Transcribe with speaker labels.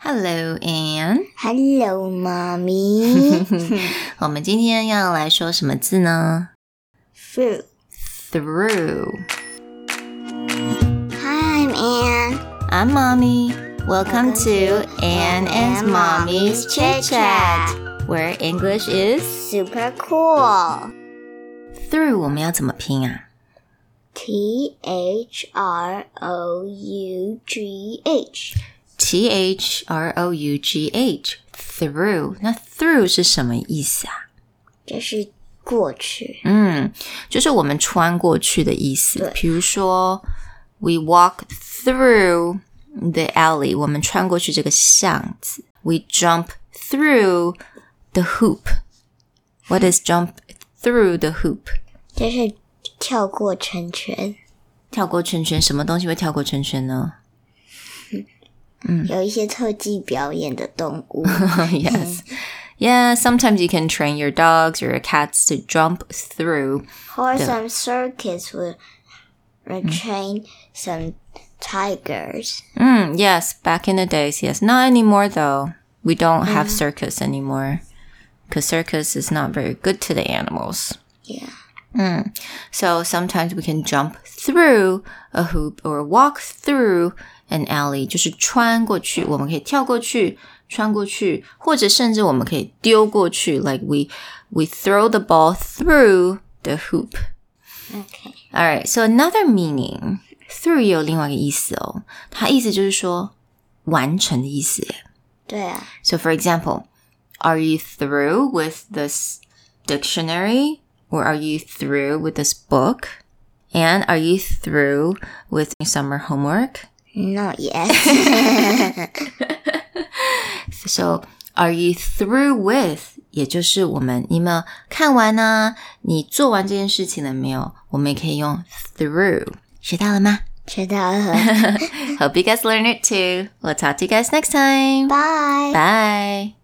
Speaker 1: Hello, Anne。
Speaker 2: Hello，妈咪。
Speaker 1: 我们今天要来说什么字呢
Speaker 2: Fruit.
Speaker 1: ？Through.
Speaker 2: Hi, I'm Anne.
Speaker 1: I'm Mommy. Welcome to Anne and Mommy's Chit Chat, where English is
Speaker 2: Super cool.
Speaker 1: through. 我们要怎么拼啊
Speaker 2: T H R O U G H.
Speaker 1: ？T H R O U G H. Through. 那 through 是什么意思啊？
Speaker 2: 这是过去。
Speaker 1: 嗯，就是我们穿过去的意思
Speaker 2: 对。
Speaker 1: 比如说，We walk through the alley，我们穿过去这个巷子。We jump through the hoop。What is jump through the hoop？
Speaker 2: 这是跳过圈圈。
Speaker 1: 跳过圈圈，什么东西会跳过圈圈呢
Speaker 2: 有一些特技表演的动 物。
Speaker 1: ？Yes. Yeah, sometimes you can train your dogs or your cats to jump through.
Speaker 2: Or some circus would
Speaker 1: Mm.
Speaker 2: retrain some tigers.
Speaker 1: 嗯 Mm, yes, back in the days, yes. Not anymore though. We don't have circus anymore. Because circus is not very good to the animals.
Speaker 2: Yeah.
Speaker 1: So sometimes we can jump through a hoop or walk through an alley. 就是穿过去，我们可以跳过去，穿过去，或者甚至我们可以丢过去。Like we we throw the ball through the hoop.
Speaker 2: Okay.
Speaker 1: All right, so another meaning through 也有另外一个意思哦，它意思就是说完成的意思耶。
Speaker 2: 对啊，
Speaker 1: So for example, are you through with this dictionary or are you through with this book? And are you through with your summer homework?
Speaker 2: Not yet.
Speaker 1: So are you through with 也就是我们你有没有看完呢、你做完这件事情了没有？我们也可以用 through。学到了吗？
Speaker 2: 知道了，
Speaker 1: Hope you guys learn it too. We'll talk to you guys next time.
Speaker 2: 拜。
Speaker 1: Bye.